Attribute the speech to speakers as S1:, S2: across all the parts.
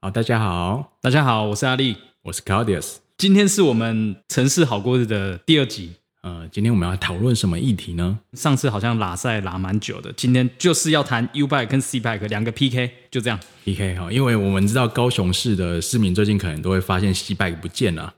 S1: 好，大家好，
S2: 大家好，我是阿力，
S1: 我是 Claudius。
S2: 今天是我们城市好过日的第二集。
S1: 呃，今天我们要讨论什么议题呢？
S2: 上次好像拉赛拉蛮久的，今天就是要谈 U bike 跟 C bike 两个 PK，就这样。
S1: PK 哈，因为我们知道高雄市的市民最近可能都会发现西拜不见了，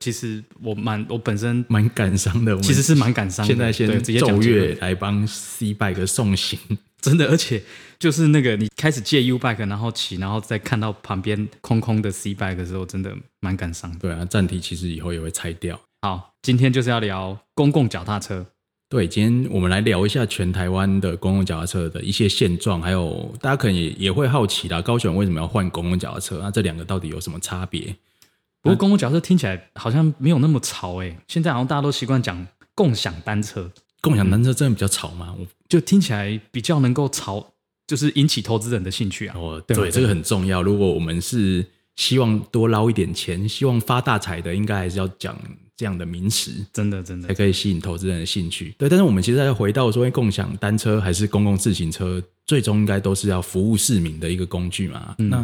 S2: 其实我蛮我本身
S1: 蛮感伤的。我们
S2: 其实是蛮感伤的，
S1: 现在
S2: 对
S1: 先
S2: 直接讲
S1: 奏
S2: 结论
S1: 乐来帮西拜个送行，
S2: 真的，而且就是那个你开始借 U bike，然后骑，然后再看到旁边空空的 C bike 的时候，真的蛮感伤的。
S1: 对啊，站体其实以后也会拆掉。
S2: 好，今天就是要聊公共脚踏车。
S1: 对，今天我们来聊一下全台湾的公共脚踏车的一些现状，还有大家可能也也会好奇啦，高雄为什么要换公共脚踏车？那这两个到底有什么差别？嗯
S2: 不过公共脚踏车听起来好像没有那么潮诶、现在好像大家都习惯讲共享单车，
S1: 共享单车真的比较吵吗？我
S2: 就听起来比较能够潮，就是引起投资人的兴趣啊。
S1: 哦，
S2: 对
S1: 对，这个很重要。如果我们是希望多捞一点钱，希望发大财的，应该还是要讲这样的名词，
S2: 真的真的
S1: 才，可以吸引投资人的兴趣。对，但是我们其实要回到说，哎共享单车还是公共自行车，最终应该都是要服务市民的一个工具嘛。
S2: 嗯
S1: 那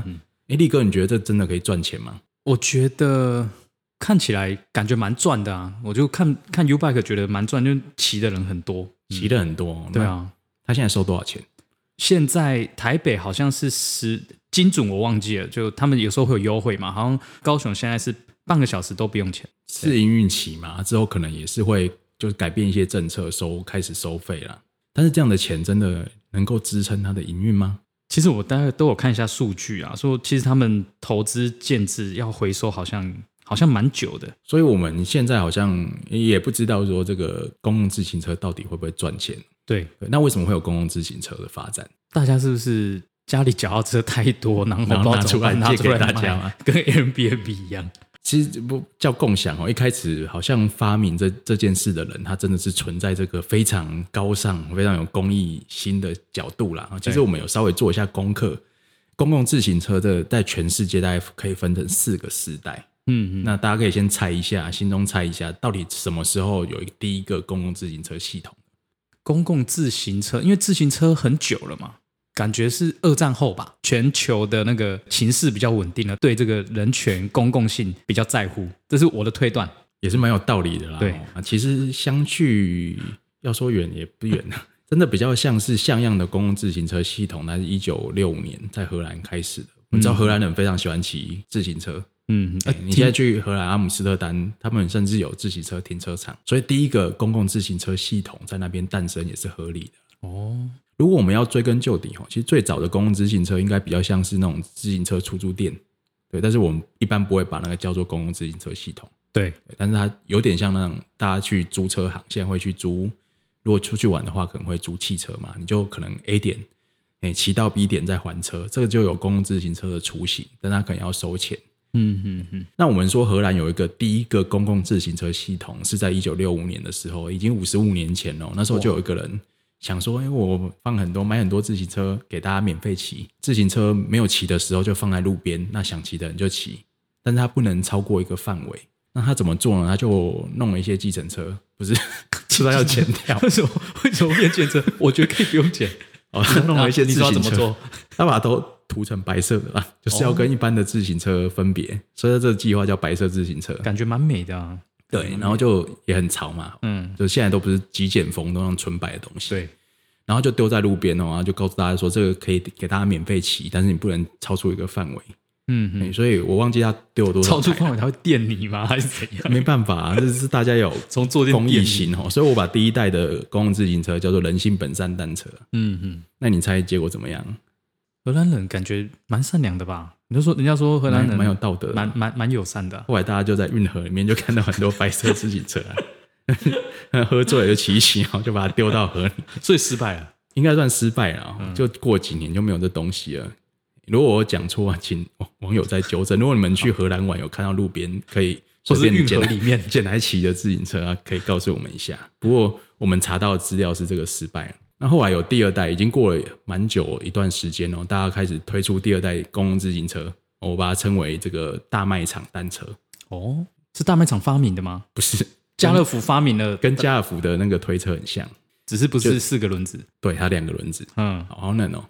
S1: 哎，力哥，你觉得这真的可以赚钱吗？
S2: 我觉得看起来感觉蛮赚的啊。我就看看 U bike 觉得蛮赚，就骑的人很多。
S1: 骑的很多，
S2: 嗯
S1: 哦
S2: 对，啊，
S1: 他现在收多少钱？
S2: 现在台北好像是十精准，我忘记了，就他们有时候会有优惠嘛。好像高雄现在是半个小时都不用钱。
S1: 是营运期嘛，之后可能也是会就是改变一些政策收开始收费啦。但是这样的钱真的能够支撑它的营运吗？
S2: 其实我大概都有看一下数据啊，说其实他们投资建制要回收好像好像蛮久的。
S1: 所以我们现在好像也不知道说这个公共自行车到底会不会赚钱。
S2: 对，
S1: 对，那为什么会有公共自行车的发展？
S2: 大家是不是家里脚踏车太多，然后
S1: 然后
S2: 不知道
S1: 拿
S2: 怎
S1: 出
S2: 么办
S1: 来
S2: 拿
S1: 借
S2: 出来
S1: 给大
S2: 卖
S1: 家吗
S2: 跟 Airbnb 一样。
S1: 其实不叫共享哦，一开始好像发明这这件事的人，他真的是存在这个非常高尚、非常有公益心的角度啦。其实我们有稍微做一下功课，公共自行车的在全世界大概可以分成四个时代。
S2: 嗯嗯，
S1: 那大家可以先猜一下，心中猜一下，到底什么时候有一个第一个公共自行车系统？
S2: 公共自行车，因为自行车很久了嘛，感觉是二战后吧，全球的那个情势比较稳定了，对这个人权公共性比较在乎，这是我的推断。
S1: 也是蛮有道理的啦。
S2: 对
S1: 啊，其实相去要说远也不远，啊 真的比较像是像样的公共自行车系统，那是一九六五年在荷兰开始的。我知道荷兰人非常喜欢骑自行车。
S2: 嗯，呃
S1: 哎你现在去荷兰阿姆斯特丹，他们甚至有自行车停车场，所以第一个公共自行车系统在那边诞生也是合理的。
S2: 哦，
S1: 如果我们要追根究底哈，哦其实最早的公共自行车应该比较像是那种自行车出租店，对，但是我们一般不会把那个叫做公共自行车系统。
S2: 对，
S1: 对但是它有点像那种大家去租车行，现在会去租，如果出去玩的话，可能会租汽车嘛，你就可能 A 点，哎、骑到 B 点再还车，这个就有公共自行车的雏形，但它可能要收钱。
S2: 嗯嗯嗯，
S1: 那我们说荷兰有一个第一个公共自行车系统是在一九六五年的时候，已经五十五年前了。那时候就有一个人想说，因、为我放很多买很多自行车给大家免费骑，自行车没有骑的时候就放在路边，那想骑的人就骑，但是他不能超过一个范围。那他怎么做呢？他就弄了一些计程车，不 是，是他要钱掉
S2: 为什么为什么变健 身？我觉得可以不用减。
S1: 哦，他弄了一些自
S2: 你说
S1: 行
S2: 怎么
S1: 车，
S2: 做？ 哦
S1: 他把头涂成白色的啦，就是要跟一般的自行车分别，所以这个计划叫白色自行车。
S2: 感觉蛮美的啊。
S1: 对，然后就也很潮嘛，
S2: 嗯，
S1: 就现在都不是极简风，都用纯白的东西，
S2: 对，
S1: 然后就丢在路边哦，然后就告诉大家说这个可以给大家免费骑，但是你不能超出一个范围，
S2: 嗯嗯，
S1: 对所以我啊忘记他丢了多少
S2: 超出
S1: 台，
S2: 范围它会电你吗？还是怎样？
S1: 没办法、 啊，这是大家有
S2: 从坐垫
S1: 公益
S2: 电
S1: 心哦，所以我把第一代的公共自行车叫做人性本善单车，
S2: 嗯嗯，
S1: 那你猜结果怎么样？
S2: 荷兰人感觉蛮善良的吧？你就说人家说荷兰
S1: 蛮
S2: 人
S1: 蛮有道德的，
S2: 蛮蛮蛮友善的啊、
S1: 后来大家就在运河里面就看到很多白色自行车、啊， 喝醉了就骑一骑，然后就把它丢到河里。
S2: 所以失败啊了。
S1: 应该算失败了哦、
S2: 嗯
S1: 就过几年就没有这东西了。如果我讲错啊，请网友再纠正。如果你们去荷兰玩，有看到路边可以随
S2: 或是
S1: 便
S2: 运
S1: 捡
S2: 河
S1: 来
S2: 里面
S1: 捡来骑的自行车啊，可以告诉我们一下。不过我们查到的资料是这个失败了。那后来有第二代，已经过了蛮久一段时间哦，大家开始推出第二代公共自行车，哦我把它称为这个大卖场单车，
S2: 哦，是大卖场发明的吗？
S1: 不是
S2: 家乐福发明了，
S1: 跟家乐福的那个推车很像，
S2: 只是不是四个轮子。
S1: 对，它两个轮子，
S2: 嗯，
S1: 好好冷哦。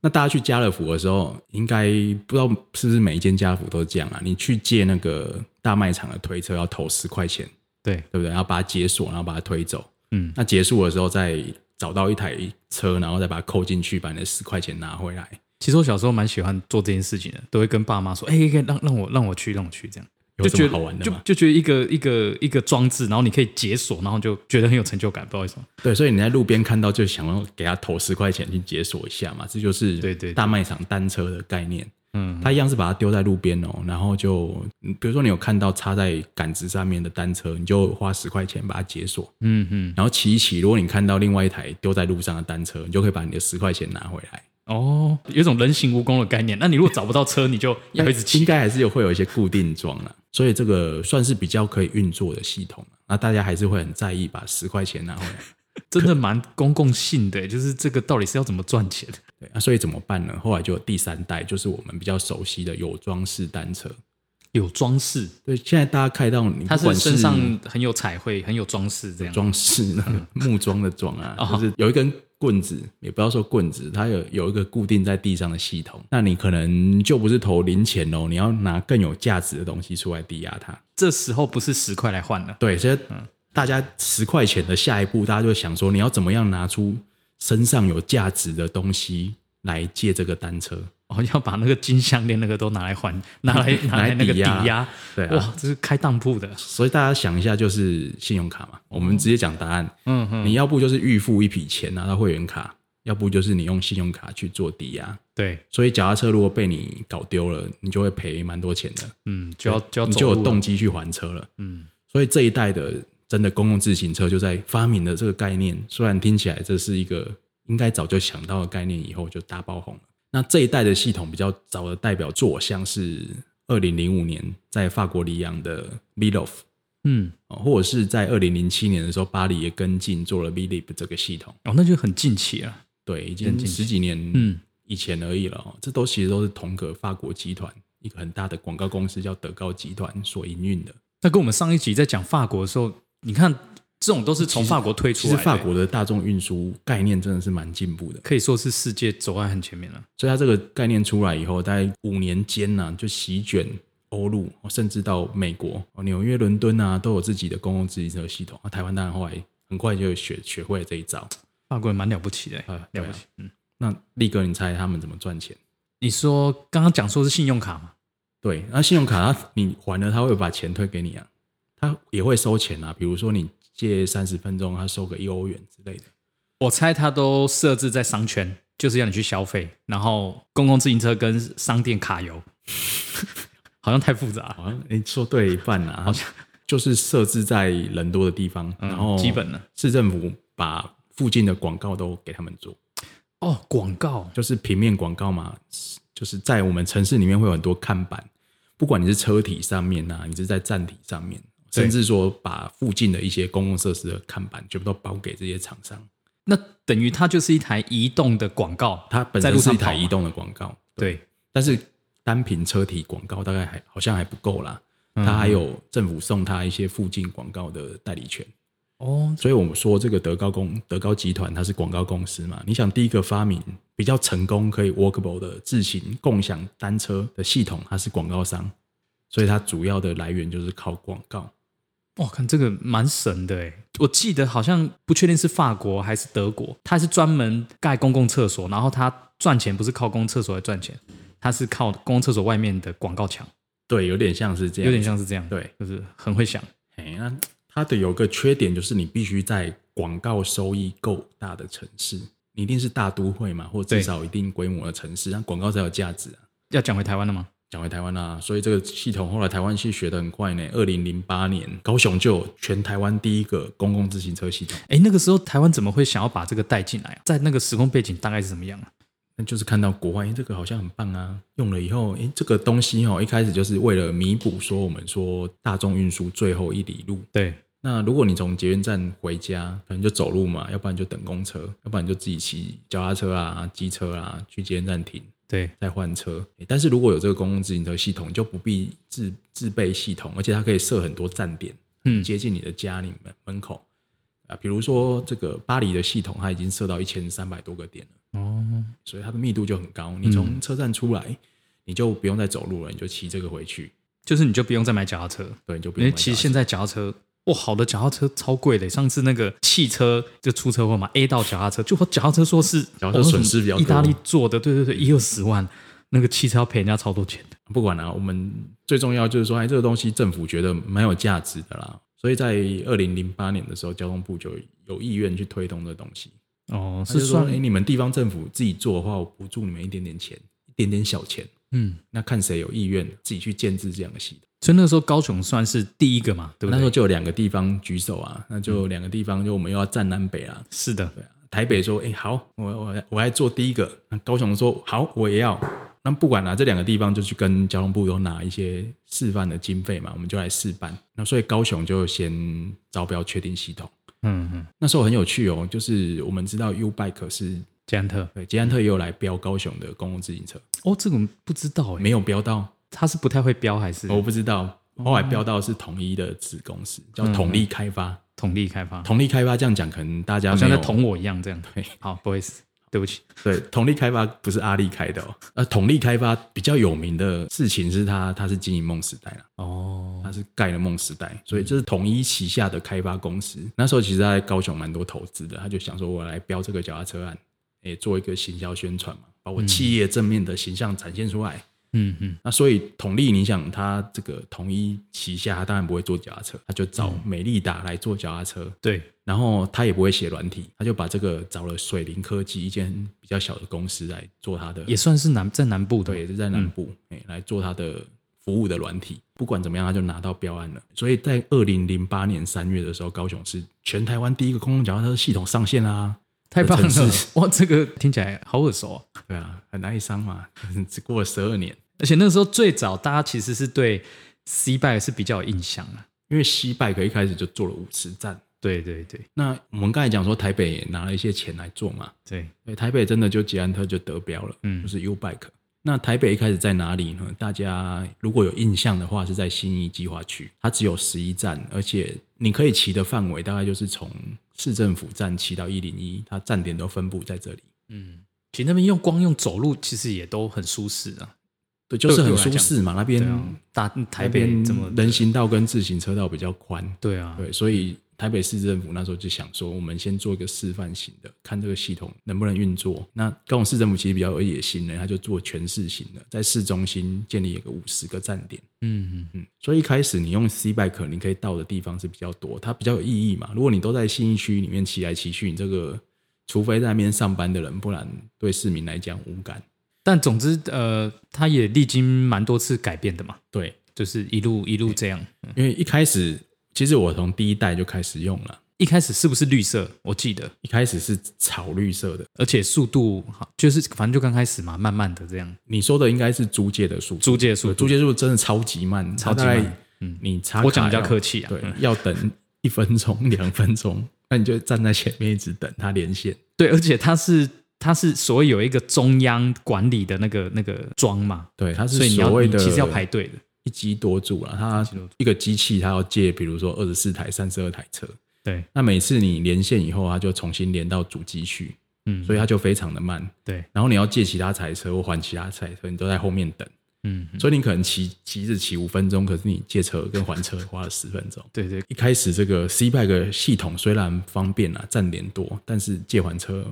S1: 那大家去家乐福的时候，应该不知道是不是每一间家乐福都是这样啊？你去借那个大卖场的推车要投十块钱，
S2: 对，
S1: 对不对？然后把它解锁，然后把它推走。
S2: 嗯，
S1: 那结束的时候再找到一台车，然后再把它扣进去，把你的十块钱拿回来。
S2: 其实我小时候蛮喜欢做这件事情的，都会跟爸妈说：“哎、可以让让我让我去，让我去。”这样
S1: 有
S2: 就
S1: 什
S2: 觉
S1: 么
S2: 得
S1: 好玩的
S2: 就
S1: 吗？
S2: 就觉得一个一个一个装置，然后你可以解锁，然后就觉得很有成就感，不知道为什么。
S1: 对，所以你在路边看到就想要给他投十块钱去解锁一下嘛，这就是
S2: 对对对
S1: 大卖场单车的概念。
S2: 嗯，
S1: 它一样是把它丢在路边哦，然后就嗯比如说你有看到插在杆子上面的单车，你就花十块钱把它解锁，
S2: 嗯嗯，
S1: 然后骑一骑。如果你看到另外一台丢在路上的单车，你就可以把你的十块钱拿回来。
S2: 哦，有一种人形蜈蚣的概念。那你如果找不到车，你就要一直
S1: 应
S2: 骑。
S1: 该还是有会有一些固定装啦，所以这个算是比较可以运作的系统啦啊那大家还是会很在意把十块钱拿回来，
S2: 真的蛮公共性的，欸就是这个到底是要怎么 赚钱？
S1: 对啊，所以怎么办呢？后来就有第三代，就是我们比较熟悉的有装饰单车。
S2: 有装饰，
S1: 对，现在大家看到你
S2: 它
S1: 不
S2: 是
S1: 管是
S2: 身上嗯很有彩绘，很有装饰这样。
S1: 装饰啊木桩的桩啊，
S2: 哦
S1: 就是有一根棍子，也不要说棍子，它有有一个固定在地上的系统。那你可能就不是投零钱哦，你要拿更有价值的东西出来抵押它。
S2: 这时候不是十块来换了，
S1: 对，所以
S2: 嗯
S1: 大家十块钱的下一步，大家就会想说，你要怎么样拿出身上有价值的东西来借这个单车？
S2: 哦，要把那个金项链那个都拿来还， 拿 来拿来那个抵
S1: 拿来抵
S2: 押。
S1: 对啊
S2: 哇，这是开当铺的。
S1: 所以大家想一下，就是信用卡嘛，我们直接讲答案。
S2: 嗯嗯，
S1: 你要不就是预付一笔钱拿到会员卡，要不就是你用信用卡去做抵押。
S2: 对，
S1: 所以脚踏车如果被你搞丢了，你就会赔蛮多钱的，
S2: 嗯，就要就要
S1: 你
S2: 走
S1: 就有
S2: 路了
S1: 动机去还车了。
S2: 嗯，
S1: 所以这一代的真的公共自行车就在发明了这个概念，虽然听起来这是一个应该早就想到的概念，以后就大爆红了。那这一代的系统比较早的代表作像是二零零五年在法国里昂的 v i l o f
S2: 嗯，
S1: 哦或者是在二零零七年的时候，巴黎也跟进做了 v i l i p 这个系统。
S2: 哦，那就很近期了。
S1: 对，已
S2: 跟
S1: 经
S2: 进
S1: 十几年
S2: 嗯
S1: 以前而已了、哦。这都其实都是同个法国集团一个很大的广告公司叫德高集团所营运的。
S2: 那跟我们上一集在讲法国的时候，你看这种都是从法国推
S1: 其
S2: 出来
S1: 实
S2: 的，欸
S1: 法国的大众运输概念真的是蛮进步的，
S2: 可以说是世界走在很前面了。
S1: 所以它这个概念出来以后，大概五年间呢、就席卷欧陆，哦甚至到美国、哦纽约、伦敦啊，都有自己的公共自行车系统。啊、台湾当然后来很快就学学会了这一招。
S2: 法国人蛮了不起的，
S1: 啊对啊
S2: 了不起。嗯，
S1: 那力哥，你猜他们怎么赚钱？
S2: 你说刚刚讲说是信用卡嘛？
S1: 对，那信用卡它你还了，他会把钱退给你啊，他也会收钱啊。比如说你借三十分钟，他收个一欧元之类的。
S2: 我猜它都设置在商圈，就是要你去消费，然后公共自行车跟商店卡油， 好像太复杂了，
S1: 好像你说对了一半 啦、好像就是设置在人多的地方，然后
S2: 嗯基本的
S1: 市政府把附近的广告都给他们做，
S2: 哦，广告
S1: 就是平面广告嘛，就是在我们城市里面会有很多看板，不管你是车体上面啊，你是在站体上面，
S2: 对
S1: 甚至说把附近的一些公共设施的看板全部都包给这些厂商，
S2: 那等于它就是一台移动的广告，
S1: 它本
S2: 在
S1: 身
S2: 路
S1: 是
S2: 上
S1: 一台
S2: 跑嘛
S1: 移动的广告，
S2: 对，
S1: 但是单凭车体广告大概还好像还不够啦，
S2: 嗯
S1: 它还有政府送它一些附近广告的代理权。
S2: 哦，
S1: 所以我们说这个德高公德高集团它是广告公司嘛，你想第一个发明比较成功可以 workable 的自行共享单车的系统，它是广告商，所以它主要的来源就是靠广告。
S2: 我看这个蛮神的哎，我记得好像不确定是法国还是德国，它是专门盖公共厕所，然后它赚钱不是靠公共厕所来赚钱，它是靠公共厕所外面的广告墙，
S1: 对，有点像是这样，
S2: 有点像是这样，
S1: 对。
S2: 就是很会想。
S1: 哎，那它的有个缺点就是你必须在广告收益够大的城市，你一定是大都会嘛，或
S2: 对
S1: 至少一定规模的城市，那广告才有价值啊。
S2: 要讲回台湾了吗？
S1: 讲回台湾啦、所以这个系统后来台湾是学得很快呢。二零零八年，高雄就有全台湾第一个公共自行车系统，
S2: 哎，那个时候台湾怎么会想要把这个带进来啊？在那个时空背景大概是怎么样啊？
S1: 那就是看到国外、哎诶这个好像很棒啊，用了以后，哎、这个东西哦，一开始就是为了弥补说我们说大众运输最后一里路。
S2: 对，
S1: 那如果你从捷运站回家，可能就走路嘛，要不然就等公车，要不然就自己骑脚踏车啊、机车啊去捷运站停。
S2: 对，
S1: 再换车。诶但是如果有这个公共自行车系统，就不必自自备系统，而且它可以设很多站点，
S2: 嗯
S1: 接近你的家里门门口。啊，比如说这个巴黎的系统，它已经设到一千三百多个点了，
S2: 哦，
S1: 所以它的密度就很高。你从车站出来，你就不用再走路了，你就骑这个回去，
S2: 就是你就不用再买脚踏车，
S1: 对，你就不
S2: 因
S1: 用
S2: 为
S1: 买脚
S2: 其
S1: 踏车。
S2: 实现在脚踏车，哇，好的脚踏车超贵的。上次那个汽车就出车祸嘛，A 到脚踏车，就我脚踏车说是哦
S1: 脚踏车损失比较多
S2: 意大利做的，对对对，一二十万，那个汽车要赔人家超多钱的。
S1: 不管啊了、我们最重要就是说，哎，这个东西政府觉得蛮有价值的啦，所以在二零零八年的时候，交通部就有意愿去推动这东西，
S2: 哦，
S1: 他就是说，
S2: 算
S1: 哎，你们地方政府自己做的话，我补助你们一点点钱，一点点小钱，
S2: 嗯，
S1: 那看谁有意愿自己去建制这样的系统。
S2: 所以那时候高雄算是第一个嘛，对不
S1: 那时
S2: 对？
S1: 候就有两个地方举手啊，那就有两个地方，就我们又要站南北啊。
S2: 是的，
S1: 台北说，哎、好，我我我来做第一个。那高雄说，好，我也要。那不管了、这两个地方就去跟交通部有拿一些示范的经费嘛，我们就来试办。那所以高雄就先招标确定系统。
S2: 嗯嗯，
S1: 那时候很有趣哦，就是我们知道 U Bike 是
S2: 捷安特，
S1: 对捷安特也有来标高雄的公共自行车，
S2: 哦，这个我们不知道哎，
S1: 没有标到，
S2: 他是不太会标还是
S1: 我不知道。
S2: 哦
S1: 后来标到是统一的子公司，叫
S2: 嗯
S1: 统力开发。
S2: 统力开发？
S1: 统力开发这样讲，可能大家
S2: 好像
S1: 没
S2: 在
S1: 有
S2: 捅我一样这样。
S1: 对
S2: 好，不好意思，对不起。
S1: 对，统力开发不是阿力开的哦。呃，统力开发比较有名的事情是它，它是经营梦时代啦，
S2: 哦，
S1: 它是盖了梦时代，所以这是统一旗下的开发公司。那时候其实它在高雄蛮多投资的，他就想说，我来标这个脚踏车案，也做一个行销宣传嘛，把我企业正面的形象展现出来。
S2: 嗯嗯，
S1: 那所以统力，你想它这个统一旗下，它当然不会做脚踏车，它就找美利达来做脚踏车。
S2: 对，
S1: 然后他也不会写软体，他就把这个找了水灵科技一间比较小的公司来做他的，
S2: 也算是嗯南在南部的，
S1: 对，也是在南部，哎、来做他的服务的软体。不管怎么样，他就拿到标案了。所以在二零零八年三月的时候，高雄市全台湾第一个公共脚踏车系统上线啦、啊
S2: 太棒了
S1: 的城市！
S2: 哇，这个听起来好耳熟、啊。
S1: 对啊，很哀伤嘛， 只过了十二年。
S2: 而且那时候最早大家其实是对 C bike 是比较有印象啊。
S1: 因为西拜可一开始就做了五十站，
S2: 对对对
S1: 那我们刚才讲说台北也拿了一些钱来做嘛，
S2: 对，
S1: 对，台北真的就捷安特就得标了，
S2: 嗯
S1: 就是 U Bike。那台北一开始在哪里呢？大家如果有印象的话，是在新义计划区，它只有十一站，而且你可以骑的范围大概就是从市政府站骑到一零一，它站点都分布在这里，
S2: 嗯，其实那边用光用走路其实也都很舒适啊。
S1: 对，就是
S2: 对
S1: 很
S2: 我来
S1: 舒
S2: 讲
S1: 适嘛。那边
S2: 对啊，大台
S1: 那
S2: 北
S1: 边
S2: 这么的
S1: 人行道跟自行车道比较宽，
S2: 对啊，
S1: 对，所以台北市政府那时候就想说，我们先做一个示范型的，看这个系统能不能运作。那高雄市政府其实比较有野心的，他就做全市型的，在市中心建立一个五十个站点。
S2: 嗯嗯
S1: 嗯，所以一开始你用 C bike，你可以到的地方是比较多，它比较有意义嘛。如果你都在信义区里面骑来骑去，你这个除非在那边上班的人，不然对市民来讲无感。
S2: 但总之呃，它也历经蛮多次改变的嘛，
S1: 对，
S2: 就是一路一路这样。嗯
S1: 因为一开始其实我从第一代就开始用了，
S2: 一开始是不是绿色？我记得，
S1: 一开始是草绿色的。
S2: 而且速度好，就是反正就刚开始嘛，慢慢的这样。
S1: 你说的应该是租借的速度，
S2: 租借速度
S1: 租借速度真的超级慢，
S2: 嗯超级
S1: 它大概
S2: 慢嗯
S1: 你插卡
S2: 我讲比较
S1: 要
S2: 客气啊
S1: 对，要等一分钟、两分 钟，那你就站在前面一直等它连线。
S2: 对，而且它是它是所谓有一个中央管理的那个那个桩嘛，
S1: 对，它
S2: 所
S1: 是
S2: 以你要
S1: 所谓的
S2: 你其实要排队的。
S1: 一机多助啦，它
S2: 多助
S1: 一个机器它要借，比如说二十四台、三十二台车，
S2: 对，
S1: 那每次你连线以后，它就重新连到主机去，
S2: 嗯，
S1: 所
S2: 以
S1: 以它就非常的慢。
S2: 对，
S1: 然后你要借其他台车或还其他台车，你都在后面等，
S2: 嗯，
S1: 所以你可能骑骑着骑五分钟，可是你借车跟还车花了十分钟。
S2: 对对，
S1: 一开始这个 C bike 系统虽然方便啊，站点多，但是借还车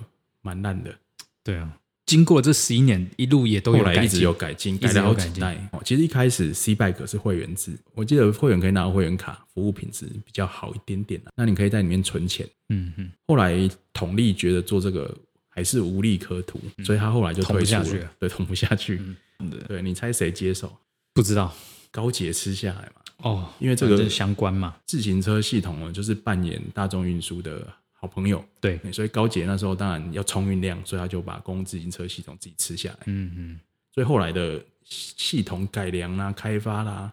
S1: 蛮烂的。
S2: 对啊。经过这十一年，一路也都
S1: 后
S2: 有
S1: 来
S2: 改
S1: 一直
S2: 进，
S1: 有改进，
S2: 一直
S1: 改了好
S2: 有
S1: 几
S2: 改进
S1: 代。哦，其实一开始 C bike 是会员制，我记得会员可以拿到会员卡，服务品质比较好一点点、啊、那你可以在里面存钱。
S2: 嗯嗯，
S1: 后来统力觉得做这个还是无利可图，所以他后来就
S2: 嗯捅
S1: 退
S2: 不
S1: 出
S2: 下
S1: 了，
S2: 去了嗯
S1: 对，捅不下去。对，你猜谁接手？
S2: 不知道
S1: 高捷吃下来嘛，
S2: 哦，
S1: 因为这个
S2: 反正相关嘛，
S1: 自行车系统呢，就是扮演大众运输的好朋友。
S2: 对，
S1: 欸所以高捷那时候当然要冲运量，所以他就把公共自行车系统自己吃下来。
S2: 嗯嗯，
S1: 所以后来的系系统改良啦、开发啦，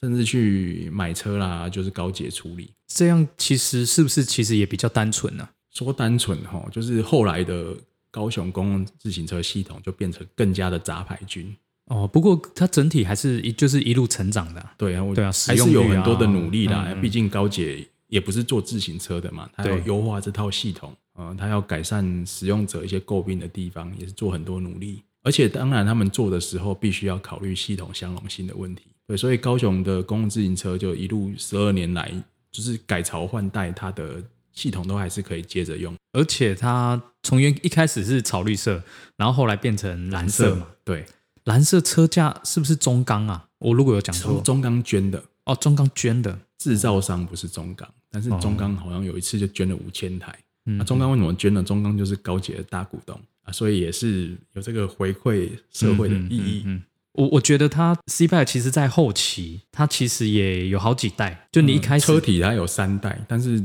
S1: 甚至去买车啦，就是高捷处理。
S2: 这样其实是不是其实也比较单纯啊呢、
S1: 说单纯哈，就是后来的高雄公共自行车系统就变成更加的杂牌军。
S2: 哦，不过它整体还是一就是一路成长的啊、
S1: 对啊，我
S2: 对啊
S1: 还
S2: 使用
S1: 是有
S2: 率啊
S1: 很多的努力啦
S2: 嗯。嗯
S1: 毕竟高捷也不是做自行车的嘛，它要
S2: 对
S1: 优化这套系统，呃，它要改善使用者一些诟病的地方，也是做很多努力。而且当然，他们做的时候必须要考虑系统相容性的问题。对，所以高雄的公共自行车就一路十二年来，就是改朝换代，它的系统都还是可以接着用。
S2: 而且它从原一开始是草绿色，然后后来变成蓝色嘛。
S1: 对，
S2: 蓝色车架是不是中钢啊？我如果有讲
S1: 从
S2: 错
S1: 中嗯钢捐的，
S2: 哦，中钢捐的，
S1: 制造商不是中钢，但是中钢好像有一次就捐了五千台。
S2: 哦嗯
S1: 那、中钢为什么捐呢？中钢就是高捷的大股东啊，所以也是有这个回馈社会的意义。
S2: 嗯，嗯嗯嗯我我觉得它 C b a 其实在后期，它其实也有好几代，就你一开始、
S1: 嗯车体它有三代，但是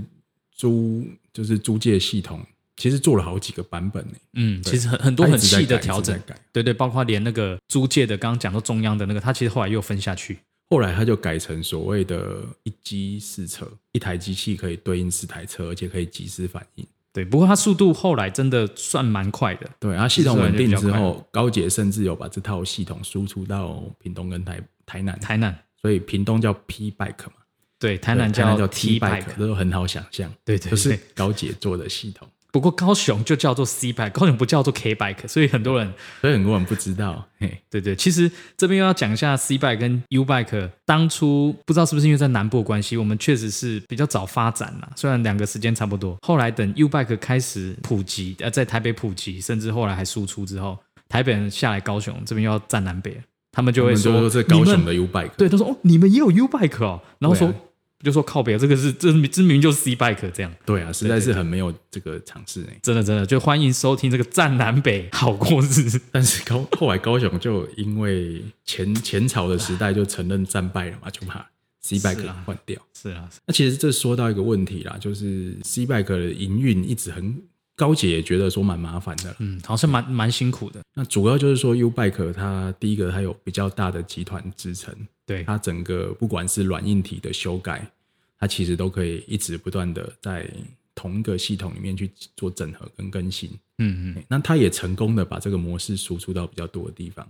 S1: 租就是租借系统，其实做了好几个版本呢、
S2: 嗯，
S1: 对
S2: 其实很很多
S1: 它
S2: 很
S1: 一直在
S2: 细的
S1: 改
S2: 调整
S1: 一直在改，
S2: 对对，包括连那个租借的，刚刚讲到中央的那个，它其实后来又分下去，
S1: 后来它就改成所谓的一机四车，一台机器可以对应四台车，而且可以及时反应。
S2: 对，不过它速度后来真的算蛮快的，
S1: 对，啊，系统稳定
S2: 是
S1: 之
S2: 啊就
S1: 后，高捷甚至有把这套系统输出到屏东跟台台南，
S2: 台南
S1: 所以屏东叫 P Bike 嘛，
S2: 对台南
S1: 对台南
S2: 叫
S1: T
S2: T
S1: Bike，
S2: bike，
S1: 这都很好想象，
S2: 对对
S1: 就
S2: 对
S1: 是高捷做的系统，
S2: 不过高雄就叫做 C bike，高雄不叫做 K bike，所以很多人
S1: 所以很多人不知 道，嘿，
S2: 对对，其实这边又要讲一下 C bike 跟 U bike，当初不知道是不是因为在南部的关系，我们确实是比较早发展啦，虽然两个时间差不多。后来等 U bike 开始普及，呃，在台北普及，甚至后来还输出之后，台北人下来高雄这边又要站南北，他们就
S1: 我
S2: 会
S1: 们
S2: 说
S1: 就说这高
S2: 你
S1: 雄
S2: 们
S1: 的 U Bike，
S2: 对，他说哦，你们也有 U bike 哦，然后说、
S1: 对啊
S2: 就说靠北，这个是这这明明就是 C bike 这样。
S1: 对啊，实在是很没有这个尝试哎。
S2: 真的真的，就欢迎收听这个《站南北好过日子》。
S1: 但是高后来高雄就因为前前朝的时代就承认战败了嘛，就把 C
S2: 是
S1: Bike
S2: 啊
S1: 换掉。
S2: 是啊，是
S1: 那其实这说到一个问题啦，就是 C Bike 的营运一直很高姐也觉得说蛮麻烦的啦。
S2: 嗯，好像蛮蛮辛苦的。
S1: 那主要就是说 U Bike 它第一个它有比较大的集团支撑，
S2: 对，
S1: 它整个不管是软硬体的修改，它其实都可以一直不断的在同一个系统里面去做整合跟更新。
S2: 嗯嗯。
S1: 那它也成功的把这个模式输出到比较多的地方。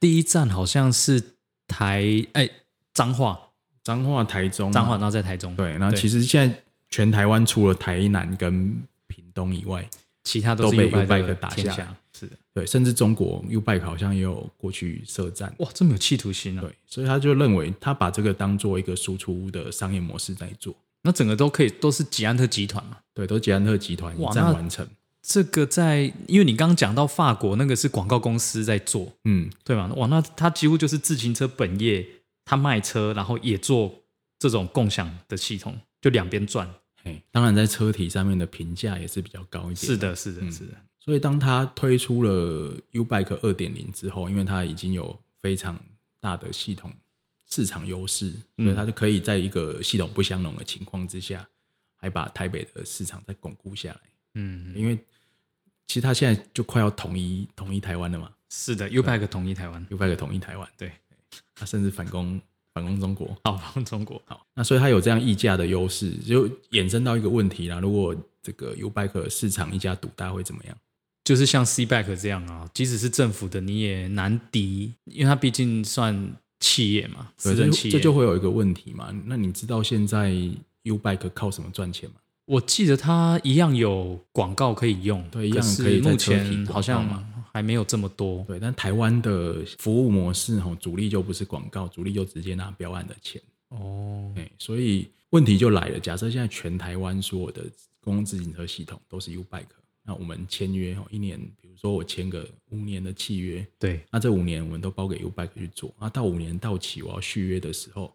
S2: 第一站好像是台哎彰化，
S1: 彰化、台中嘛、
S2: 彰嗯化，然后在台中。
S1: 对，那其实现在全台湾除了台南跟屏东以外，
S2: 其他都
S1: 都
S2: 是
S1: 被
S2: U
S1: Ubike 打
S2: 天
S1: 下
S2: 下。是的，
S1: 对，甚至中国 U Bike 好像也有过去设站，
S2: 哇，这么有企图心啊！
S1: 对，所以他就认为他把这个当做一个输出的商业模式在做，
S2: 那整个都可以都是捷安特集团嘛。
S1: 对，都捷安特集团一
S2: 哇
S1: 站
S2: 那
S1: 完成，
S2: 这个在，因为你刚刚讲到法国那个是广告公司在做，
S1: 嗯，
S2: 对吗？哇，那他几乎就是自行车本业，他卖车，然后也做这种共享的系统，就两边赚。
S1: 嘿，当然在车体上面的评价也是比较高一点，啊
S2: 是。的，嗯是的，是的。
S1: 所以当他推出了 U Bike 二点零之后，因为它已经有非常大的系统市场优势，
S2: 嗯
S1: 所以它就可以在一个系统不相容的情况之下，还把台北的市场再巩固下来。
S2: 嗯，
S1: 因为其实它现在就快要统一统一台湾了嘛
S2: 是的，U Bike 统一台湾，
S1: ，U Bike 统一台湾，
S2: 对，
S1: 它甚至反攻反攻中国。
S2: 好帮中国。好，
S1: 那所以它有这样溢价的优势，就衍生到一个问题啦：如果这个 U Bike 市场一家独大会怎么样？
S2: 就是像 C Back 这样啊，即使是政府的，你也难敌，因为它毕竟算企业嘛，私
S1: 对，这
S2: 人
S1: 就
S2: 企业。
S1: 这就会有一个问题嘛。那你知道现在 U Bike 靠什么赚钱吗？
S2: 我记得它一样有广告可以用，
S1: 对一样
S2: 是
S1: 可以在
S2: 目
S1: 车体
S2: 前
S1: 广告
S2: 好像
S1: 嘛
S2: 还没有这么多。
S1: 对，但台湾的服务模式吼，主力就不是广告，主力就直接拿标案的钱。
S2: 哦，
S1: 哎，所以问题就来了。假设现在全台湾所有的公共自行车系统都是 U Bike，那我们签约哦，一年，比如说我签个五年的契约，
S2: 对，
S1: 那这五年我们都包给 U Bike 去做。那到五年到期我要续约的时候，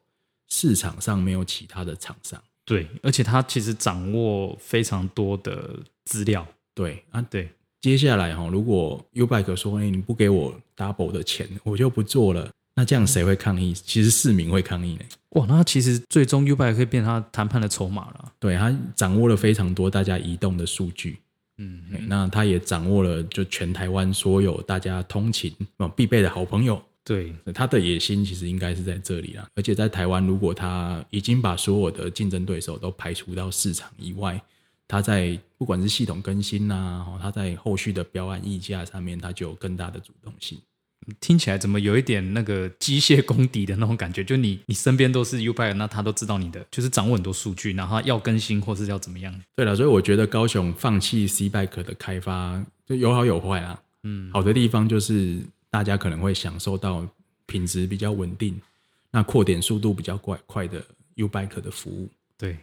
S1: 市场上没有其他的厂商。
S2: 对，而且它其实掌握非常多的资料。
S1: 对啊，
S2: 对，
S1: 接下来哈、如果 U Bike 说，哎、你不给我 double 的钱，我就不做了，那这样谁会抗议？其实市民会抗议呢。
S2: 哇，那它其实最终 U Bike 可以变成它谈判的筹码了。
S1: 对他掌握了非常多大家移动的数据，
S2: 嗯，
S1: 哎那他也掌握了就全台湾所有大家通勤啊必备的好朋友。
S2: 对，
S1: 他的野心其实应该是在这里啦，而且在台湾，如果他已经把所有的竞争对手都排除到市场以外，他在不管是系统更新呐、啊，哦他在后续的标案溢价上面，他就有更大的主动性。
S2: 听起来怎么有一点那个机械功底的那种感觉？就你你身边都是 U b i 那他都知道你的，就是掌握很多数据，然后他要更新或是要怎么样？
S1: 对了，所以我觉得高雄放弃 C Bike 的开发就有好有坏啦。嗯，好的地方就是大家可能会享受到品质比较稳定，那扩点速度比较快快的 U Bike 的服务。
S2: 对，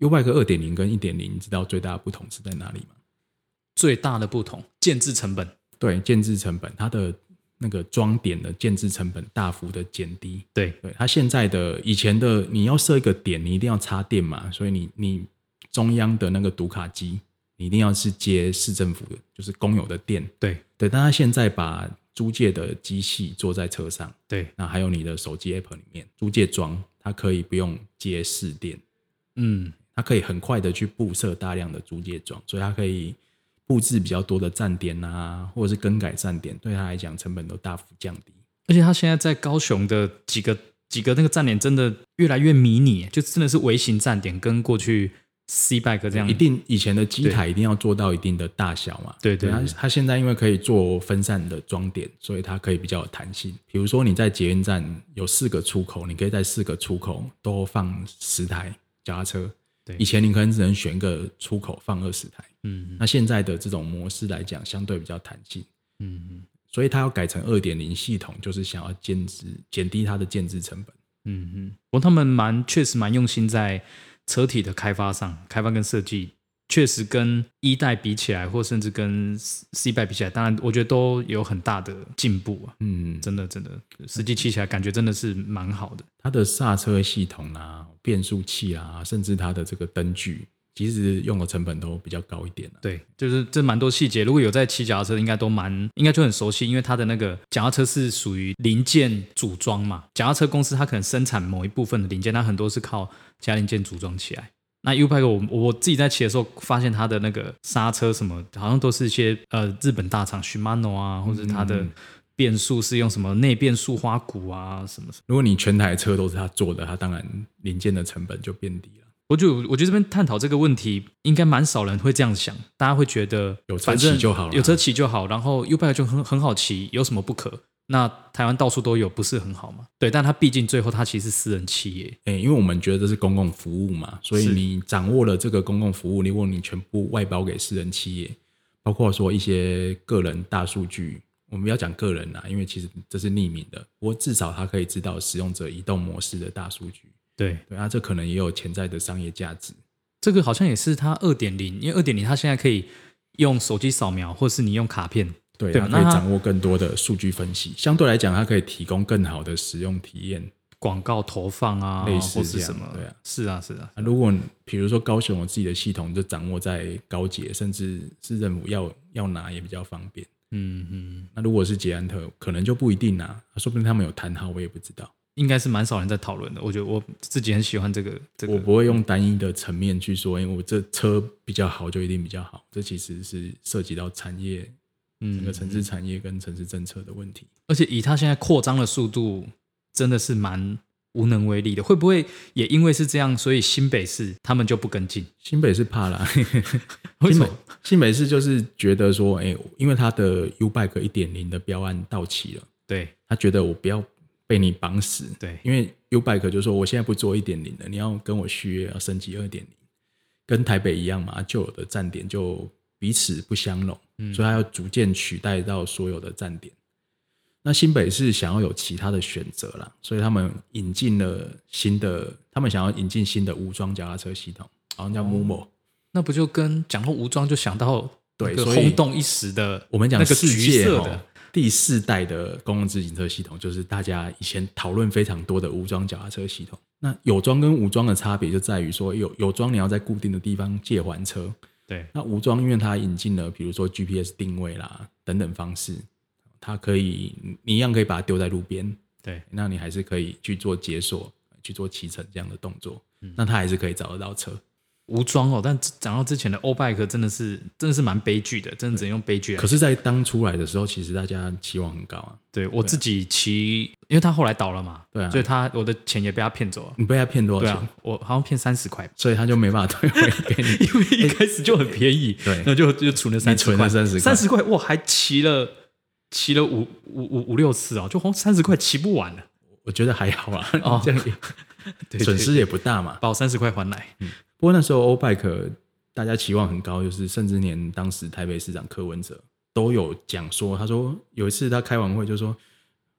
S1: U Bike 二点零跟一点零，你知道最大的不同是在哪里吗？
S2: 最大的不同，建制成本。
S1: 对，建制成本，它的那个装点的建制成本大幅的减低。
S2: 对，
S1: 对，它现在的以前的你要设一个点，你一定要插电嘛，所以你你中央的那个读卡机，你一定要是接市政府的，就是公有的电。
S2: 对，
S1: 对，但它现在把租借的机器坐在车上，
S2: 对，
S1: 那还有你的手机 app 里面租借装，它可以不用接市电，
S2: 嗯，
S1: 它可以很快的去布设大量的租借桩，所以它可以布置比较多的站点啊，或者是更改站点，对它来讲成本都大幅降低。
S2: 而且他现在在高雄的几个几个那个站点真的越来越迷你，就真的是微型站点，跟过去 C Bike 这样
S1: 一。定以前的机台一定要做到一定的大小嘛，
S2: 对对
S1: 它
S2: 对
S1: 它现在因为可以做分散的装点，所以它可以比较有弹性。比如说你在捷运站有四个出口，你可以在四个出口都放十台脚踏车。
S2: 对
S1: 以前你可能只能选一个出口放二十台，
S2: 嗯
S1: 那现在的这种模式来讲，相对比较弹性。
S2: 嗯嗯
S1: 所以它要改成二点零系统，就是想要减值减低它的建制成本。
S2: 嗯嗯，不过他们蛮确实蛮用心在车体的开发上，开发跟设计确实跟一代比起来，或甚至跟 C 代比起来，当然我觉得都有很大的进步啊。
S1: 嗯，
S2: 真的真的，实际骑起来感觉真的是蛮好的。
S1: 它的刹车系统啊、变速器啊，甚至它的这个灯具，其实用的成本都比较高一点、啊、
S2: 对，就是这蛮多细节，如果有在骑脚踏车，应该都蛮应该就很熟悉，因为它的那个脚踏车是属于零件组装嘛，脚踏车公司它可能生产某一部分的零件，它很多是靠加零件组装起来。那 U Bike 我我自己在骑的时候，发现它的那个刹车什么，好像都是一些呃日本大厂 Shimano 啊，或者它的变速是用什么内变速花鼓啊什么什么。
S1: 如果你全台车都是它做的，它当然零件的成本就变低了。
S2: 我就我觉得这边探讨这个问题，应该蛮少人会这样想，大家会觉得
S1: 有车
S2: 反正
S1: 骑就好啦
S2: 有车骑就好，然后 U bike 就很很好骑，有什么不可？那台湾到处都有，不是很好吗？对，但它毕竟最后它其实是私人企业，
S1: 诶、因为我们觉得这是公共服务嘛，所以
S2: 是
S1: 你掌握了这个公共服务，如果你全部外包给私人企业，包括说一些个人大数据，我们不要讲个人啦，因为其实这是匿名的，不过至少他可以知道使用者移动模式的大数据，
S2: 对，
S1: 对啊，这可能也有潜在的商业价值。
S2: 这个好像也是它二点零，因为二点零它现在可以用手机扫描，或是你用卡片，
S1: 对，
S2: 对
S1: 它
S2: 啊
S1: 可以
S2: 那它
S1: 掌握更多的数据分析，相对来讲，它可以提供更好的使用体验。
S2: 广告投放啊，
S1: 类似
S2: 或
S1: 这
S2: 是
S1: 样
S2: 什么，
S1: 对啊
S2: 是啊，是啊，
S1: 啊、如果你比如说高雄有自己的系统，就掌握在高捷，甚至市政府要要拿也比较方便。
S2: 嗯嗯，
S1: 那如果是捷安特，可能就不一定啦、说不定他们有谈好，我也不知道。
S2: 应该是蛮少人在讨论的。我觉得我自己很喜欢这个这个
S1: 我不会用单一的层面去说，哎因为我这车比较好就一定比较好，这其实是涉及到产业
S2: 嗯
S1: 整个城市产业跟城市政策的问题。
S2: 而且以他现在扩张的速度，真的是蛮无能为力的。会不会也因为是这样，所以新北市他们就不跟进？
S1: 新北是怕啦，
S2: 为
S1: 新北
S2: 什么
S1: 新北市就是觉得说，哎、因为它的 U Bike 一点零的标案到期了，
S2: 对
S1: 他觉得我不要被你绑死，
S2: 对，
S1: 因为 U Bike 就说我现在不做一点零了，你要跟我续约，要升级二点零，跟台北一样嘛，旧有的站点就彼此不相容，所以它要逐渐取代到所有的站点。那新北市想要有其他的选择啦，所以他们引进了新的，他们想要引进新的无桩脚踏车系统，好像叫 MoMo、
S2: 那不就跟讲到无装就想到
S1: 对
S2: 那个
S1: 所以
S2: 轰动一时的，
S1: 我们讲
S2: 那个
S1: 世
S2: 橘
S1: 界
S2: 色
S1: 哦
S2: 的，
S1: 第四代的公共自行车系统，就是大家以前讨论非常多的无桩脚踏车系统。那有桩跟无桩的差别就在于说，有有桩你要在固定的地方借还车，
S2: 对
S1: 那无桩因为它引进了比如说 GPS 定位啦等等方式，它可以你一样可以把它丢在路边，
S2: 对，
S1: 那你还是可以去做解锁、去做骑乘这样的动作，
S2: 嗯
S1: 那它还是可以找得到车。
S2: 无装哦。但讲到之前的 O Bike 真的是真的是蛮悲剧的，真的只能用悲剧来
S1: 可。是，在当初来的时候，其实大家期望很高啊，
S2: 对我自己骑，因为他后来倒了嘛，
S1: 对啊
S2: 所以他我的钱也被他骗走了。
S1: 你被他骗多少
S2: 对
S1: 钱？
S2: 啊，我好像骗三十 块吧，
S1: 所以他就没办法退回 给你。
S2: 因为一开始就很便宜，
S1: 对
S2: 然后就就存了三十
S1: 你存了
S2: 块，
S1: 30块
S2: 三十块，哇，还骑了骑了五五五五六次哦，就花三十块骑不完了，
S1: 我觉得还好啊，
S2: 哦
S1: 这样也
S2: 对对
S1: 损失也不大嘛。
S2: 把我三十块还来。
S1: 不过那时候 O Bike 大家期望很高，就是甚至连当时台北市长柯文哲都有讲说，他说有一次他开完会就说。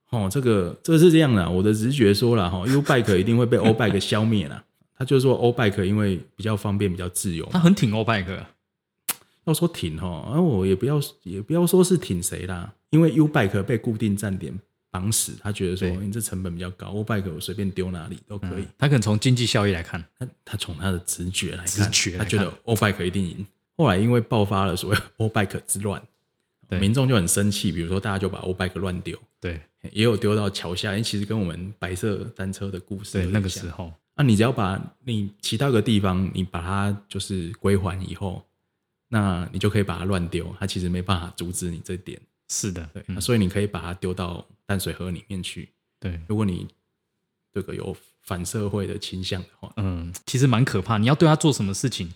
S1: 哦，这个这个是这样的，我的直觉说哦了哈、u Bike 一定会被 O Bike 消灭啦。他就说 O Bike 因为比较方便，比较自由嘛。
S2: 他很挺哦欧拜克，
S1: 要说挺哈，那、我也不要也不要说是挺谁啦，因为 U Bike 被固定站点绑死，他觉得说
S2: 对嗯
S1: 你这成本比较高，U Bike 我随便丢哪里都可以。
S2: 他可能从经济效益来看，
S1: 他他从他的直觉来看，
S2: 直觉
S1: 他
S2: 来看
S1: 觉得 O Bike 一定赢。后来因为爆发了所谓 O Bike 之乱，
S2: 对
S1: 民众就很生气，比如说大家就把 O Bike 乱丢，
S2: 对
S1: 也有丢到桥下，因为哎其实跟我们白色单车的故事
S2: 对，
S1: 有
S2: 那
S1: 点
S2: 个
S1: 像
S2: 时候
S1: 那、你只要把你骑到一个地方，你把它就是归还以后，那你就可以把它乱丢，它其实没办法阻止你这点。
S2: 是的，
S1: 对，
S2: 嗯
S1: 那所以你可以把它丢到淡水河里面去。
S2: 对，
S1: 如果你这个有反社会的倾向的话，
S2: 嗯，其实蛮可怕。你要对他做什么事情，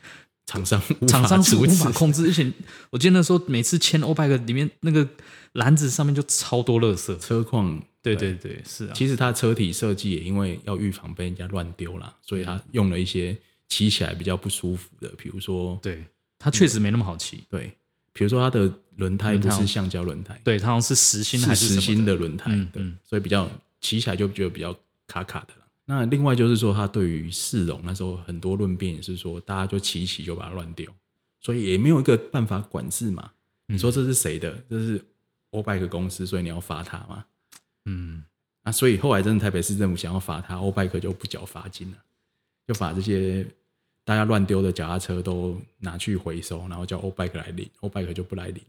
S1: 厂商无
S2: 厂
S1: 法
S2: 商是
S1: 阻
S2: 无
S1: 止
S2: 法。控制。而且我记得那时候每次签欧拜克里面那个篮子上面就超多垃圾。
S1: 车况，
S2: 对对对，是啊，
S1: 其实它车体设计也因为要预防被人家乱丢啦，所以它
S2: 嗯
S1: 用了一些骑起来比较不舒服的，比如说
S2: 对，他确实没那么好骑。
S1: 对，比如说它的轮胎不
S2: 轮胎哦
S1: 是橡胶轮胎，
S2: 对，他好像是实心还
S1: 是实
S2: 是什么
S1: 心
S2: 的？
S1: 的轮胎，
S2: 嗯
S1: 对
S2: 嗯，
S1: 所以比较骑起来就觉得比较卡卡的了。那另外就是说，他对于市容那时候很多论辩也是说，大家就骑一骑就把它乱丢，所以也没有一个办法管制嘛。你
S2: 嗯
S1: 说这是谁的？这是 o b i k 公司，所以你要罚他嘛？
S2: 嗯，
S1: 啊，所以后来真的台北市政府想要罚他 o b i k 就不缴罚金了，就把这些大家乱丢的脚踏车都拿去回收，然后叫 o b i k 来领 o b i k 就不来领。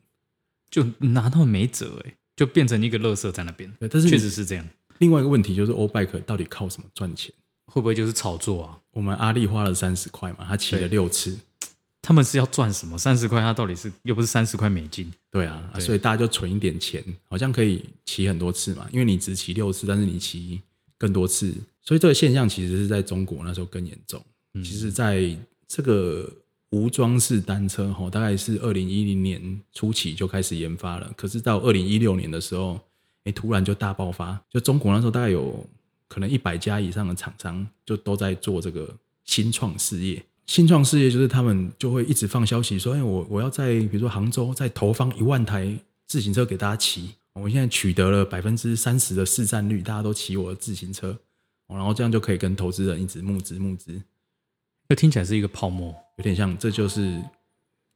S2: 就拿到没辙哎、就变成一个垃圾在那边。
S1: 对但是你
S2: 确实是这样，
S1: 另外一个问题就是 o b i k 到底靠什么赚钱？
S2: 会不会就是炒作啊？
S1: 我们阿力花了三十块嘛，他骑了六次，
S2: 他们是要赚什么？三十块，他到底是又不是三十块美金？
S1: 对啊
S2: 对
S1: 所以大家就存一点钱，好像可以骑很多次嘛，因为你只骑六次，但是你骑更多次，所以这个现象其实是在中国那时候更严重。其实，在这个无装饰单车吼，大概是二零一零年初期就开始研发了，可是到二零一六年的时候，哎、突然就大爆发，就中国那时候大概有可能一百家以上的厂商就都在做这个新创事业。新创事业就是他们就会一直放消息说，哎、我我要在比如说杭州再投放一万台自行车给大家骑，我现在取得了百分之三十的市占率，大家都骑我的自行车，哦然后这样就可以跟投资人一直募资募资，
S2: 就听起来是一个泡沫。
S1: 有点像这就是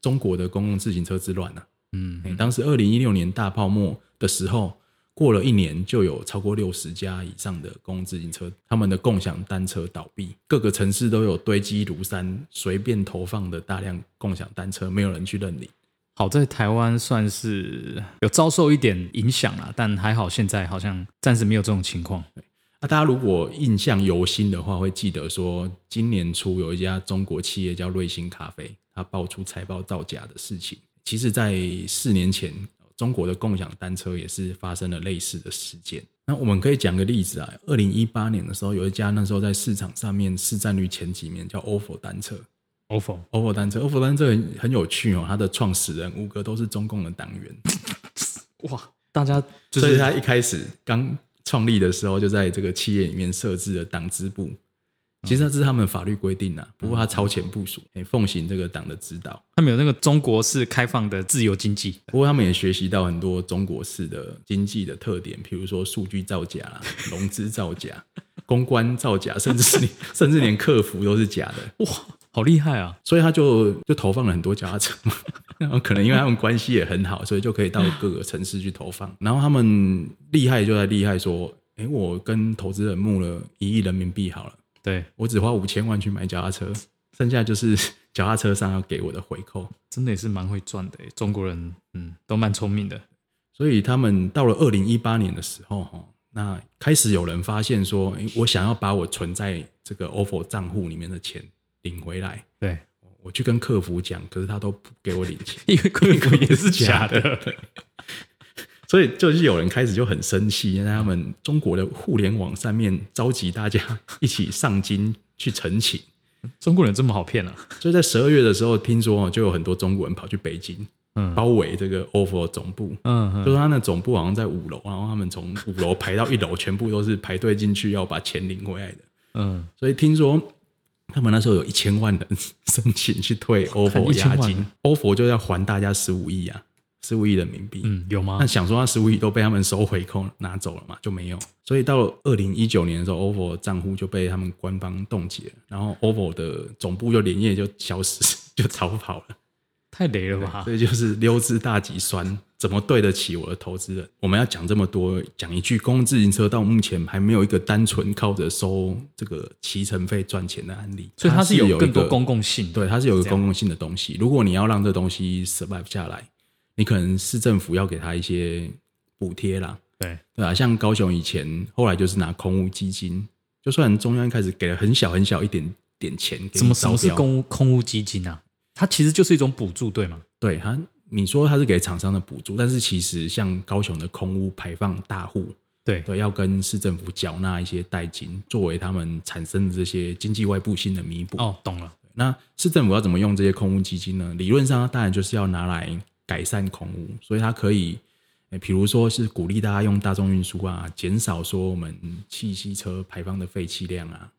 S1: 中国的公共自行车之乱啊。
S2: 嗯，
S1: 欸当时二零一六年大泡沫的时候，过了一年就有超过六十家以上的公共自行车，他们的共享单车倒闭，各个城市都有堆积如山，随便投放的大量共享单车，没有人去认领。
S2: 好在台湾算是有遭受一点影响啦，但还好现在好像暂时没有这种情况。
S1: 那、大家如果印象犹新的话，会记得说，今年初有一家中国企业叫瑞幸咖啡，它爆出财报造假的事情。其实，在四年前，中国的共享单车也是发生了类似的事件。那我们可以讲个例子啊，二零一八年的时候，有一家那时候在市场上面市占率前几名叫 ofo 单车
S2: ofo
S1: ，ofo 单车，ofo 单车很很有趣哦，它的创始人五个都是中共的党员。
S2: 哇，大家就
S1: 所以
S2: 是
S1: 他一开始刚创立的时候，就在这个企业里面设置了党支部。其实这是他们法律规定啊，不过他超前部署，哎奉行这个党的指导。
S2: 他们有那个中国式开放的自由经济，
S1: 不过他们也学习到很多中国式的经济的特点，比如说数据造假 啦、融资造假、公关造假，甚至是你甚至连客服都是假的。
S2: 哇，好厉害啊！
S1: 所以他就就投放了很多脚踏车嘛， 然后可能因为他们关系也很好，所以就可以到各个城市去投放。然后他们厉害就在厉害说，诶，我跟投资人募了一亿人民币好了，
S2: 对，
S1: 我只花五千万去买脚踏车，剩下就是脚踏车商要给我的回扣。
S2: 真的也是蛮会赚的耶，欸中国人嗯都蛮聪明的。
S1: 所以他们到了二零一八年的时候，哈，那开始有人发现说，诶，我想要把我存在这个 OFO 账户里面的钱领回来，
S2: 对，
S1: 我去跟客服讲，可是他都不给我领钱。
S2: 因为贵国也是假的，
S1: 所以就是有人开始就很生气，因为他们中国的互联网上面召集大家一起上京去澄清。
S2: 中国人这么好骗啊？
S1: 所以在十二月的时候，听说哦就有很多中国人跑去北京，
S2: 嗯
S1: 包围这个 OFO 总部。
S2: 嗯
S1: 就是他那总部好像在五楼，然后他们从五楼排到一楼，全部都是排队进去要把钱领回来的。
S2: 嗯
S1: 所以听说他们那时候有一千万人申请去退欧
S2: 看
S1: 佛押
S2: 1000万
S1: 金
S2: 人，
S1: 欧佛就要还大家十五亿啊，十五亿人民币。
S2: 嗯，有吗
S1: 啊那？想说那十五亿都被他们收回扣拿走了嘛，就没有。所以到二零一九年的时候，OFO 账户就被他们官方冻结了，然后 OFO 的总部就连夜就消失， 就逃跑了。
S2: 太雷了吧
S1: 所！以就是溜之大吉酸，怎么对得起我的投资人？我们要讲这么多，讲一句，公共自行车到目前还没有一个单纯靠着收这个骑乘费赚钱的案例，
S2: 所以它是有
S1: 一
S2: 更多
S1: 个
S2: 公共性的。
S1: 对，它是有一个公共性的东西。如果你要让这东西 survive 下来，你可能市政府要给它一些补贴啦，
S2: 对，
S1: 对啊，像高雄以前后来就是拿空屋基金，就算中央一开始给了很小很小一点点钱给你
S2: 怎么什么是
S1: 招标
S2: 公空屋基金啊？它其实就是一种补助，对吗？
S1: 对它，你说它是给厂商的补助，但是其实像高雄的空屋排放大户，
S2: 对，
S1: 对，要跟市政府缴纳一些代金，作为他们产生的这些经济外部性的弥补。
S2: 哦，懂了，
S1: 那市政府要怎么用这些空屋基金呢？理论上，它当然就是要拿来改善空屋，所以它可以，呃比如说是鼓励大家用大众运输啊，减少说我们汽机车排放的废气量啊，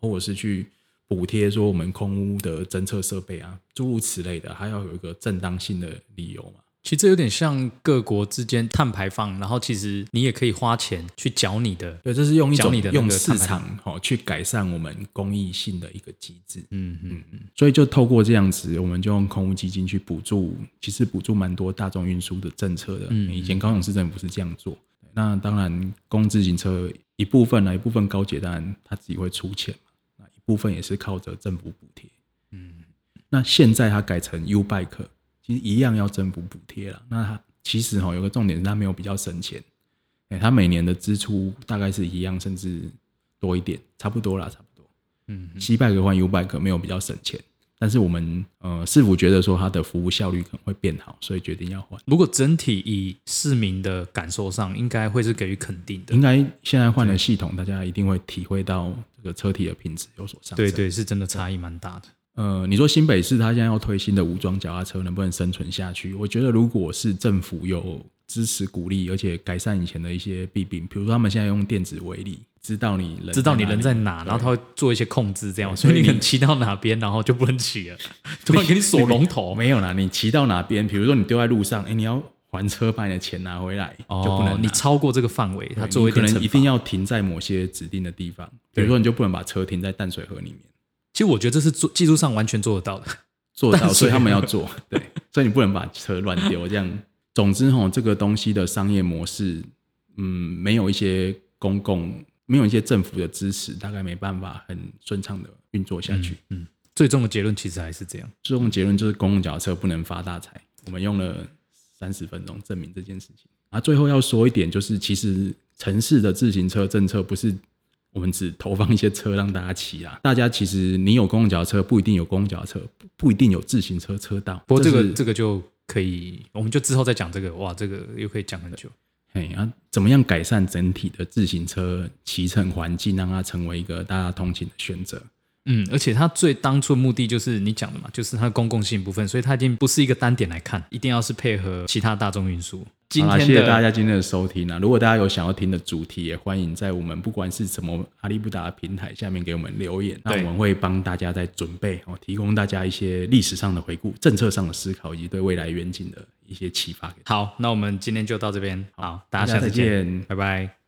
S1: 或者是去补贴说我们空屋的侦测设备啊，诸如此类的，它要有一个正当性的理由嘛。
S2: 其实这有点像各国之间碳排放，然后其实你也可以花钱去缴你的，
S1: 对，这是用一
S2: 缴
S1: 种
S2: 你的那个
S1: 用市
S2: 碳排
S1: 场哦去改善我们公益性的一个机制。
S2: 嗯嗯，
S1: 所以就透过这样子，我们就用空屋基金去补助，其实补助蛮多大众运输的政策的。
S2: 嗯
S1: 以前高雄市政府是这样做。那当然，公自行车一部分啊呢，一部分高铁当然他自己会出钱嘛，那一部分也是靠着政府补贴。嗯，那现在它改成 U Bike，其实一样要政府补贴了。那它其实哈、有个重点是它没有比较省钱，哎、它每年的支出大概是一样，甚至多一点，差不多啦，差不多。西拜克换 U 拜克没有比较省钱，但是我们呃市府觉得说它的服务效率可能会变好，所以决定要换。
S2: 如果整体以市民的感受上，应该会是给予肯定的
S1: 应。该现在换了系统，大家一定会体会到这个车体的品质有所上升。
S2: 对，对，是真的差异蛮大的。
S1: 呃，你说新北市它现在要推新的武装脚踏车，能不能生存下去？我觉得如果是政府有支持鼓励，而且改善以前的一些弊病，比如说他们现在用电子围篱，知道你人
S2: 知道你
S1: 哪
S2: 人
S1: 里
S2: 在哪，然后他会做一些控制，这样，
S1: 对
S2: 所以
S1: 所以
S2: 你
S1: 你
S2: 可能骑到哪边，然后就不能 骑了，突然给你锁龙头。
S1: 哦没有啦，你骑到哪边，比如说你丢在路上，哎、你要还车，把你的钱拿回来，就不
S2: 哦，
S1: 能
S2: 你
S1: 拿
S2: 超过这个范围，他
S1: 对
S2: 作为
S1: 你可能一定
S2: 要。
S1: 要停在某些指定的地方，比如说你就不能把车停在淡水河里面，
S2: 其实我觉得这是做技术上完全做得到的。
S1: 做到，
S2: 淡水河
S1: 所以他们要做，对， 所以你不能把车乱丢这样。总之吼，这个东西的商业模式，嗯，没有一些公共，没有一些政府的支持，大概没办法很顺畅的运作下去。
S2: 嗯，最终的结论其实还是这样。
S1: 最终结论就是公共脚踏车不能发大财。我们用了三十分钟证明这件事情。啊，最后要说一点，就是其实城市的自行车政策不是我们只投放一些车让大家骑啦，大家其实你有公共脚踏车不一定有公共脚踏车，不不一定有自行车车道。
S2: 不过这个
S1: 是
S2: 这个就可以，我们就之后再讲这个。哇，这个又可以讲很久。
S1: 嘿啊，怎么样改善整体的自行车骑乘环境，让它成为一个大家通勤的选择？
S2: 嗯，而且它最当初的目的就是你讲的嘛，就是它的公共性部分，所以它已经不是一个单点来看，一定要是配合其他大众运输。今
S1: 好啦
S2: 天
S1: 谢
S2: 的
S1: 谢大家今天的收听啊！如果大家有想要听的主题，也欢迎在我们不管是什么阿里不达的平台下面给我们留言，那
S2: 对
S1: 我们会帮大家在准备哦，提供大家一些历史上的回顾、政策上的思考以及对未来远景的一些启发给大家。
S2: 好，那我们今天就到这边。好，大
S1: 大
S2: 家下
S1: 家
S2: 次
S1: 再
S2: 见，
S1: 见。
S2: 拜拜。